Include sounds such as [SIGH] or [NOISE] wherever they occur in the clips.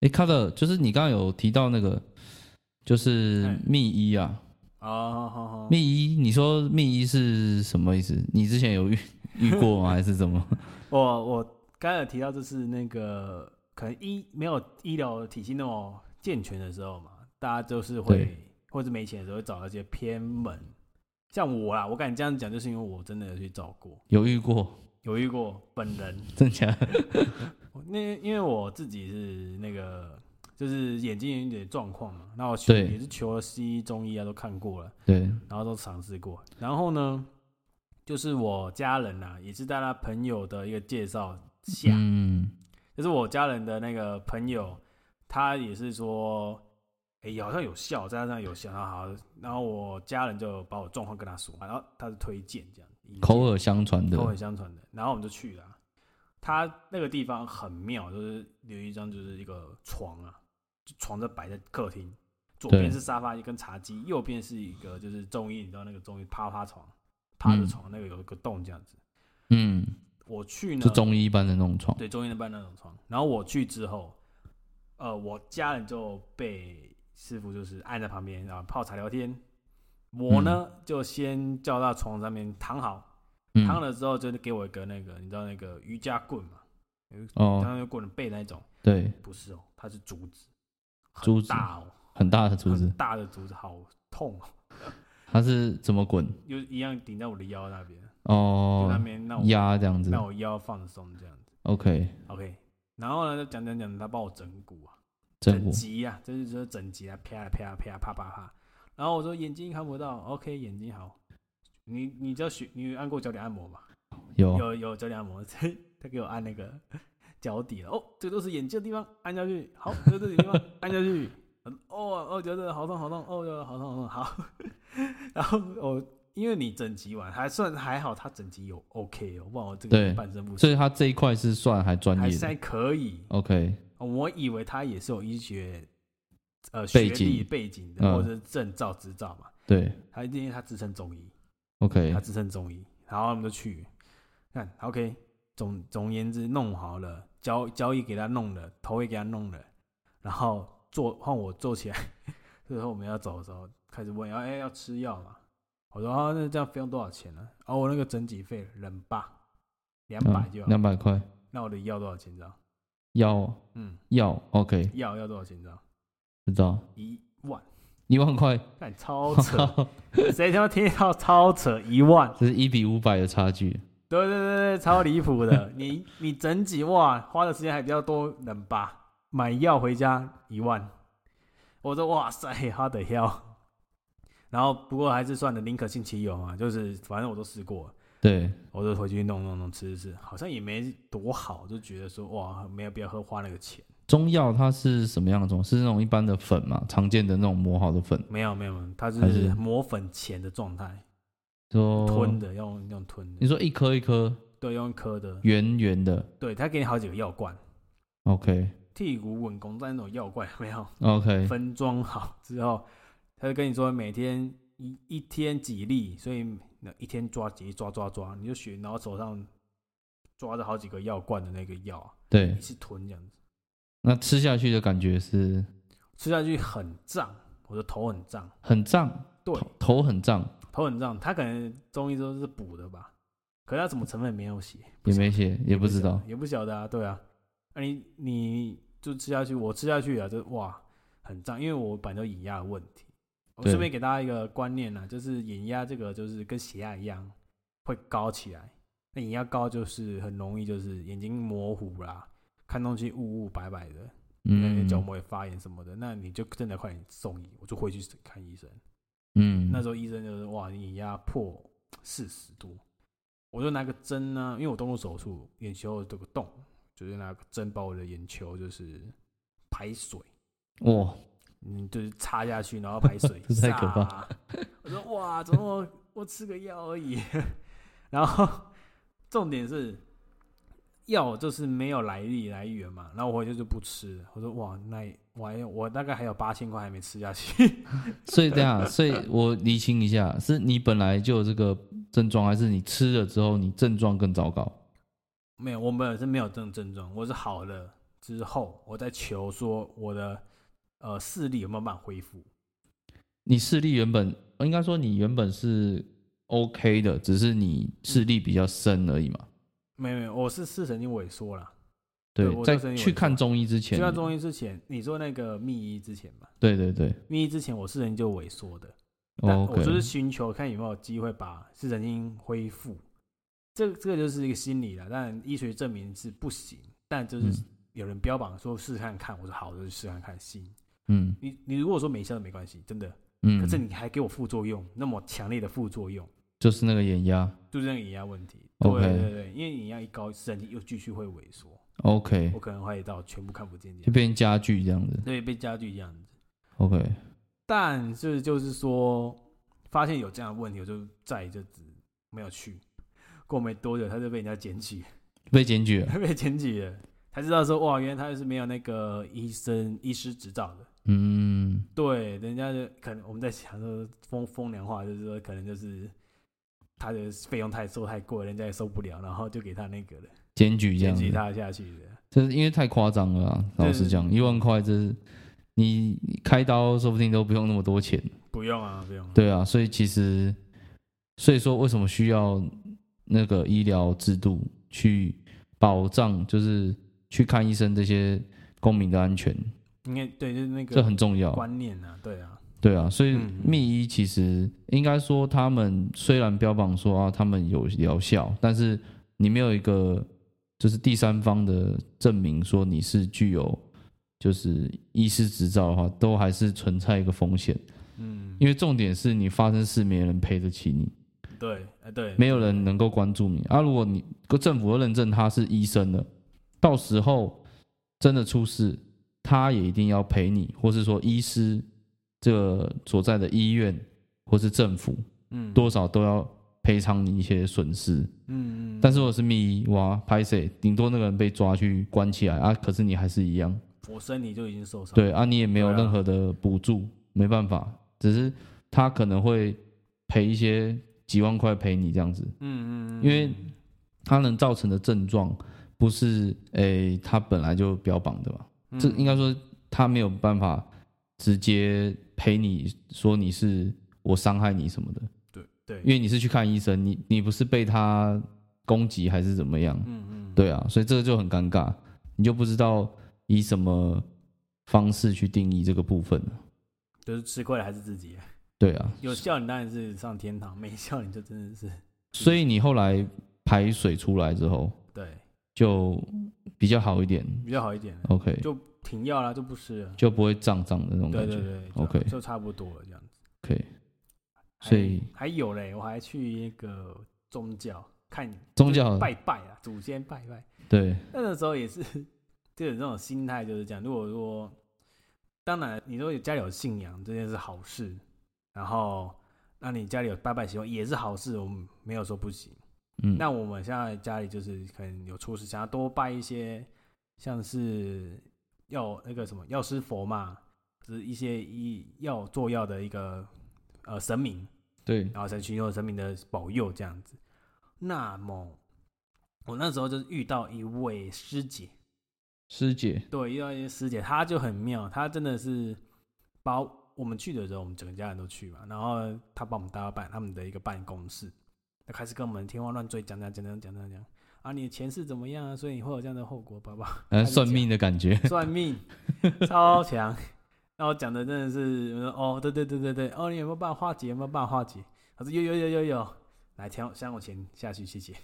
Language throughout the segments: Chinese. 哎，Cover，就是你刚刚有提到那个，就是嗯密医啊，哦，好好好，密医，你说密医是什么意思？你之前有遇遇过吗？还是怎么？我我刚才有提到，就是那个可能医没有医疗体系那么健全的时候嘛，大家就是会对或者没钱的时候会找一些偏门。像我啦，我敢这样讲，就是因为我真的有去找过，有遇过？有遇过本人。真假的？ [LAUGHS] 那因为我自己是那个就是眼睛有点状况嘛，那我求对也是求了西医、中医啊都看过了，对，然后都尝试过。然后呢，就是我家人啊，也是在他朋友的一个介绍下，嗯，就是我家人的那个朋友，他也是说，哎、好像有效，在他上有效，然后好，然后我家人就把我状况跟他说，然后他就推荐这样，引荐口耳相传的口，耳相传的，然后我们就去了啊。他那个地方很妙，就是有一张就是一个床啊，就床就摆在客厅，左边对是沙发一根茶几，右边是一个就是中医，你知道那个中医趴趴床，趴着嗯床那个有一个洞这样子。嗯，我去呢就，中医般的那种床，对中医那办那种床，然后我去之后，呃，我家人就被师傅就是按在旁边，然后泡茶聊天。我呢、就先叫到床上面躺好，嗯，烫了之后就是给我一个那个，你知道那个瑜伽棍嘛？当哦，然棍背那种，对，不是哦，它是竹子，很竹子大哦，很大的竹子很，大的竹子，好痛哦，它是怎么滚？又一样顶在我的腰那边，就那哦，边让我压这样子让我腰放松这样子。 ，OK， OK，然后呢，就讲讲讲，他帮我整骨啊，真整骨，脊啊，就是说整脊啊，啪啦啪啦啪啦啪啪啪。然后我说眼睛看不到，OK，眼睛好。你你知道学你有按过脚底按摩吗？有有有脚底按摩， [LAUGHS] 他给我按那个 [LAUGHS] 脚底了。哦，这个都是眼睛的地方，按下去。好，就这里地 [LAUGHS] 方按下去。嗯哦哦，觉得好痛好痛，哦哟，好痛好痛好。 [LAUGHS] 然后我因为你整集完还算还好，他整集有 OK 哦，不然我这个对半身不遂所以他这一块是算还专还业是的还可以。 ，OK，我以为他也是有医学呃背学历景背景的，嗯或者是证照执照嘛。对他因为他自称中医， ，OK，他自称中医，然后我们就去看 OK。总总而言之，弄好了脚脚也给他弄了，头也给他弄了，然后坐换我坐起来。 [LAUGHS] 这时候我们要走的时候，开始问要哎、要吃药嘛？我说啊，那这样费用多少钱呢、哦，我那个整脊费人吧，两百就嗯好。两百块，啊那我的药多少钱？知道？要嗯，要，OK，药要多少钱？知道？知道，一万，一万块，看超扯， [LAUGHS] 靠，谁他妈听到超扯一万？ [LAUGHS] 这是一比五百的差距，对对对对，超离谱 [LAUGHS] 的。你你整几哇，花的时间还比较多人吧？买药回家一万，我说哇塞，他的药。然后不过还是算了，宁可信其有嘛，就是反正我都试过了，对，我就回去弄弄弄吃吃吃，好像也没多好，就觉得说哇没有必要喝花那个钱，中药它是什么样的中？是那种一般的粉嘛，常见的那种磨好的粉，没有没有，没有，它还是是磨粉前的状态，说吞的用用吞的你，说一颗一颗对，用颗的，圆圆的对，他给你好几个药罐， ，OK 剔骨稳宫在那种药罐有没有？ OK，分装好之后，他就跟你说每天一一天几粒，所以那一天抓几粒抓抓抓，你就学，然后手上抓着好几个药罐的那个药啊，对一，次吞这样子，那吃下去的感觉是吃下去很胀，我的头很胀，很胀，对，头头很胀，头很胀，他可能中医都是补的吧，可是他什么成分没有写，不也晓没写，也不知晓道得，也不晓得啊，对啊，那、你你就吃下去，我吃下去啊，就哇很胀，因为我本来就眼压的问题。我对顺便给大家一个观念啊，就是眼压这个就是跟血压一样会高起来，那眼压高就是很容易就是眼睛模糊啦，看东西雾雾白白的，那嗯角膜也发炎什么的，那你就真的快点送医，我就回去看医生。嗯，那时候医生就是哇，你眼压破四十度，我就拿个针呢、因为我动过手术，眼球有个洞，就是拿个针把我的眼球就是排水，哇，，嗯，就是插下去，然后排水 [LAUGHS] 这太可怕炸！ [LAUGHS] 我说哇，怎么我我吃个药而已？ [LAUGHS] 然后重点是药就是没有来历来源嘛，然后我回去就不吃了。我说哇，那我还有我大概还有八千块还没吃下去，所以这样，所以我厘清一下，是你本来就有这个症状，还是你吃了之后你症状更糟糕？没有，我本来是没有这种症状，我是好了之后，我再求说我的呃视力有没有办法恢复。你视力原本呃应该说你原本是 OK 的，只是你嗯视力比较深而已嘛。没有没有，我是视神经萎缩了。对对，我在就是因为去看中医之去前，看中医之前，你说那个密医之前嘛，对对对密医之前我视神经就萎缩的，但我哦，OK，就是寻求看有没有机会把视神经恢复。这个这个就是一个心理了，当然医学证明是不行，但就是嗯有人标榜说试试看看，我说好，我就试试看看行。嗯你你如果说没效的没关系，真的，嗯，可是你还给我副作用，那么强烈的副作用，就是那个眼压就是那个眼压问题。对 OK 对对，因为眼压一高，视神经又继续会萎缩， ，OK，我可能会到全部看不见这就样，变成加剧这样子对，被加剧这样子。 ，OK，但是就是说，发现有这样的问题，我就再也就只没有去。过没多久，他就被人家检举，被检举了，他被检举了， [LAUGHS] 才知道说哇，原来他是没有那个医生医师执照的。嗯，对，人家就可能我们在想说风风凉话，就是说可能就是他的费用太收太贵，人家也受不了，然后就给他那个了，检举这检样举子，他下去的。就是因为太夸张了啊，对老实讲，一万块这是你你开刀说不定都不用那么多钱，不用啊，不用。对啊，所以其实，所以说为什么需要那个医疗制度去保障，就是去看医生这些公民的安全，应该对，就是那这个很重要。观念啊，对啊，对啊，所以嗯嗯密医其实应该说，他们虽然标榜说啊，他们有疗效，但是你没有一个就是第三方的证明说你是具有就是医师执照的话，都还是存在一个风险。嗯，因为重点是你发生事没人赔得起你，对，哎对，没有人能够关注你啊。如果你政府又认证他是医生了，到时候真的出事，他也一定要赔你，或是说医师这个所在的医院或是政府嗯多少都要赔偿你一些损失。嗯嗯，但是如果是密医哇，拍谁，顶多那个人被抓去关起来啊，可是你还是一样，我身体就已经受伤。，对啊，你也没有对啊任何的补助，没办法，只是他可能会赔一些几万块赔你这样子。嗯嗯，嗯因为它能造成的症状，不是诶、它本来就标榜的嘛，嗯这应该说它没有办法直接赔你说你是我伤害你什么的，对对，因为你是去看医生，你你不是被他攻击还是怎么样，嗯嗯，对啊，所以这个就很尴尬，你就不知道以什么方式去定义这个部分了，就是吃亏的还是自己，对啊，有效你当然是上天堂，没效你就真的是所以你后来排水出来之后对就比较好一点比较好一点， ，OK。停药啦就不吃了，就不会胀胀的那种对感觉。对对 OK 就差不多了这样子。 OK，还所以还有嘞，我还去那个宗教看宗教拜拜啊，祖先拜拜，对，那个时候也是 [LAUGHS] 就有这种心态，就是这样。如果说，当然你说有家里有信仰这件事好事，然后那你家里有拜拜习惯也是好事，我们没有说不行。嗯，那我们现在家里就是可能有出事，想要多拜一些，像是药那个什么药师佛嘛，就是一些医药做药的一个呃神明，对，然后才寻求神明的保佑这样子。那么我那时候就是遇到一位师姐，师姐，对，遇到一些师姐，她就很妙，她真的是把我们去的时候，我们整个家人都去嘛，然后她把我们带到办他们的一个办公室，她开始跟我们天花乱坠讲讲讲讲讲讲讲啊，你的前世怎么样啊？所以你会有这样的后果，爸爸 [LAUGHS] 呃，算命的感觉，算命超强，然后讲的真的是我说哦，对对对对对，哦，你有没有办法化解？有没有办法化解？她说有有有有有，来天向我钱下去，谢谢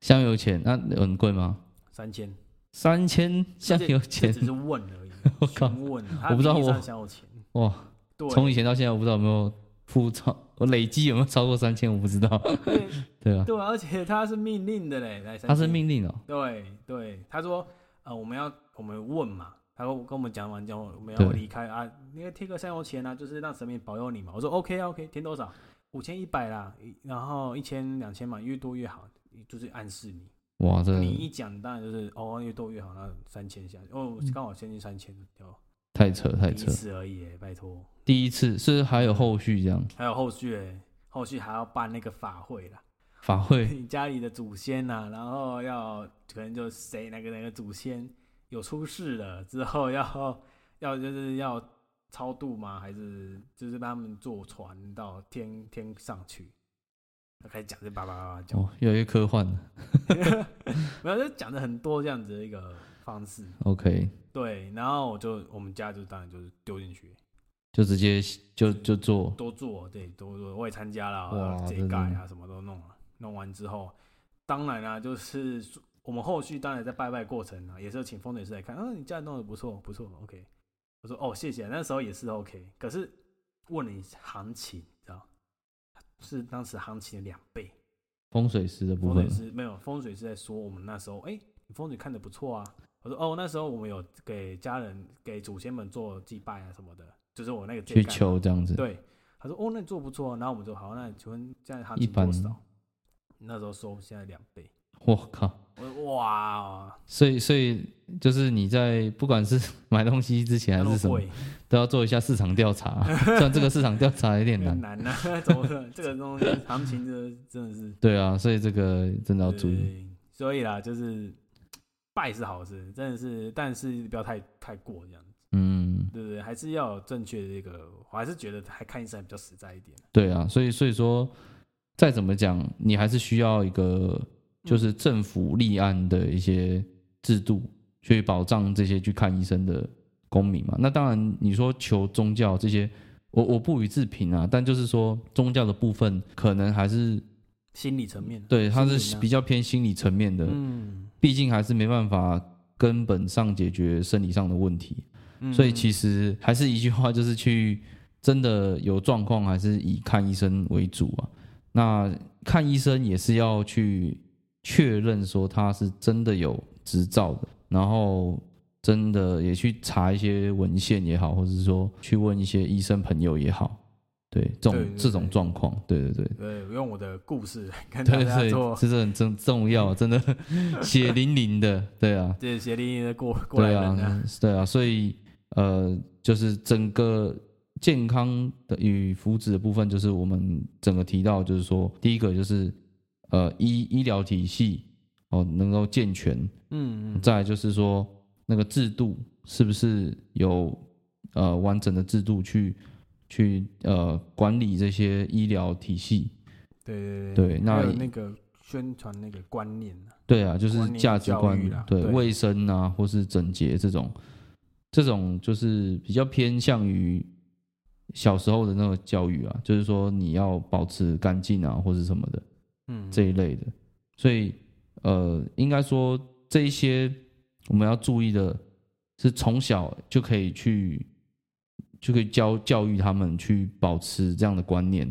香油钱，那很贵吗？三千，三千香油这钱，只是问而已， [LAUGHS] 我靠，询问，我不知道她名义我上向我钱，哇！对，从以前到现在，我不知道有没有付超， [LAUGHS] 我累积有没有超过三千，我不知道。 [LAUGHS] 对啊， [LAUGHS] 对，而且他是命令的嘞，来，他是，命令哦，对对，他说，呃，我们要我们问嘛，他跟我跟我们讲完讲，我们要对离开啊，那个贴个香油钱啊，就是让神明保佑你嘛。我说 OK 啊 OK，填多少？五千一百啦，一然后一千两千嘛，越多越好，就是暗示你。哇，这你一讲，当然就是哦，越多越好，那三千下去，哦，刚好先进三千，哦，太扯嗯太第一扯。次而已耶，拜托，第一次是不是还有后续这样还有后续耶，后续还要办那个法会啦。法会，你家里的祖先呐、然后要可能就谁哪个哪个祖先有出事了之后要要就是要超度吗？还是就是帮他们坐船到天天上去？他开始讲这叭叭叭叭讲， [LAUGHS] 哦，越来越科幻了。没有就讲的很多这样子的一个方式。 OK，对，然后我就我们家就当然就是丢进去，就直接就就做，多做，对，多做，我也参加了，哇然后自己真的改啊，什么都弄了。弄完之后，当然啊，就是我们后续当然在拜拜过程啊，也是请风水师来看，嗯、你家里弄得不错，不错，OK。我说哦，谢谢，那时候也是 OK，可是问了你行情，你知道，是当时行情的两倍。风水师的部风分水。师没有，风水师在说我们那时候，哎、你风水看的不错啊。我说哦，那时候我们有给家人、给祖先们做祭拜啊什么的，就是我那个去这一盖嘛求这样子，对，他说哦，那你做得不错啊，然后我们就好，那请问现在行一情多般少？那时候收现在两倍，我靠！我说哇，哦所以所以就是你在不管是 [LAUGHS] 买东西之前还是那么什么，贵，都要做一下市场调查。 [LAUGHS] 虽然这个市场调查有点很难，难呐、 [LAUGHS] 怎么可能这个东西行情真的真的是对啊，所以这个真 [LAUGHS] 的要注意。对，所以啦，就是拜是好事，真的是，但是不要太太过这样子，嗯，对不对？还是要有正确的一个，我还是觉得还看医生还比较实在一点，对啊，所以所以说，再怎么讲，你还是需要一个就是政府立案的一些制度去保障这些去看医生的公民嘛。那当然，你说求宗教这些，我我不予置评啊，但就是说宗教的部分可能还是心理层面，对，它心是灵啊比较偏心理层面的，嗯，毕竟还是没办法根本上解决生理上的问题，嗯所以其实还是一句话，就是去真的有状况，还是以看医生为主啊。那看医生也是要去确认说他是真的有执照的，然后真的也去查一些文献也好，或者是说去问一些医生朋友也好，对这种对对这种对状况，对对对。对，我用我的故事跟大对家对，[LAUGHS] 做这是很重重要，真的血淋淋的，对啊，这血淋淋的过过来对人啊，啊，对啊，所以呃，就是整个健康的与福祉的部分，就是我们整个提到，就是说，第一个就是呃医医疗体系哦能够健全，嗯嗯，再来就是说那个制度是不是有呃完整的制度去去呃管理这些医疗体系，对对对那还有那个宣传那个观念啊，对啊，就观是念价值教观育啦，对对卫生啊，或是整洁这种，这种就是比较偏向于小时候的那个教育啊，就是说你要保持干净啊，或是什么的嗯，这一类的。所以，呃，应该说这一些我们要注意的是，从小就可以去就可以教教育他们去保持这样的观念，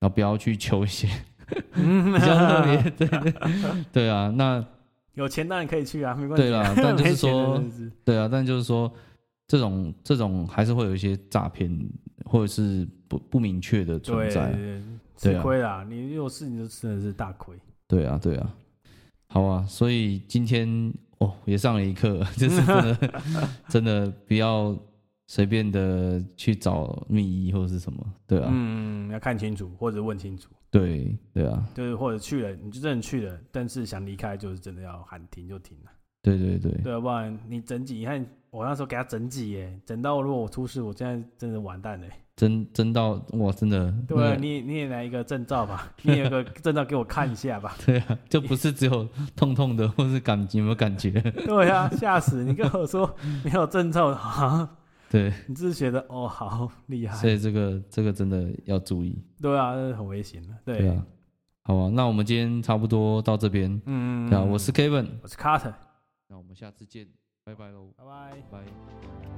然后不要去求一些 [LAUGHS] 比比较特别，对对 [LAUGHS] 对啊，那。有钱当然可以去啊，没关系。对啦，但 [LAUGHS] 就没是钱的说日，子对啊，但就是说，这种这种还是会有一些诈骗或者是不不明确的存对在啊。对对吃啊亏啦，你有事你就真的是大亏。对啊，对啊，好啊，所以今天哦也上了一课， [LAUGHS] 就是真 [LAUGHS] 的真的不要随便的去找密医或者是什么，对啊，嗯，要看清楚或者问清楚，对对啊，就是或者去了你就真的去了，但是想离开就是真的要喊停就停了，对对对，对啊，不然你整几，你看我那时候给他整几耶，整到如果我出事，我现在真的完蛋了。真真到哇，真的对啊，那个你也你也来一个证照吧，你也有个证照给我看一下吧。对啊，就不是只有痛痛的，或是感有没有感觉？ [LAUGHS] [LAUGHS] 对啊，吓死！你跟我说嗯没有证照啊，对， [LAUGHS] 你只是觉得哦好厉所害，以这个这个真的要注意。对啊，这很危险的。对啊，好啊，那我们今天差不多到这边。啊嗯，对啊，我是 Kevin，我是 Carter，那我们下次见，拜拜喽，拜拜。拜。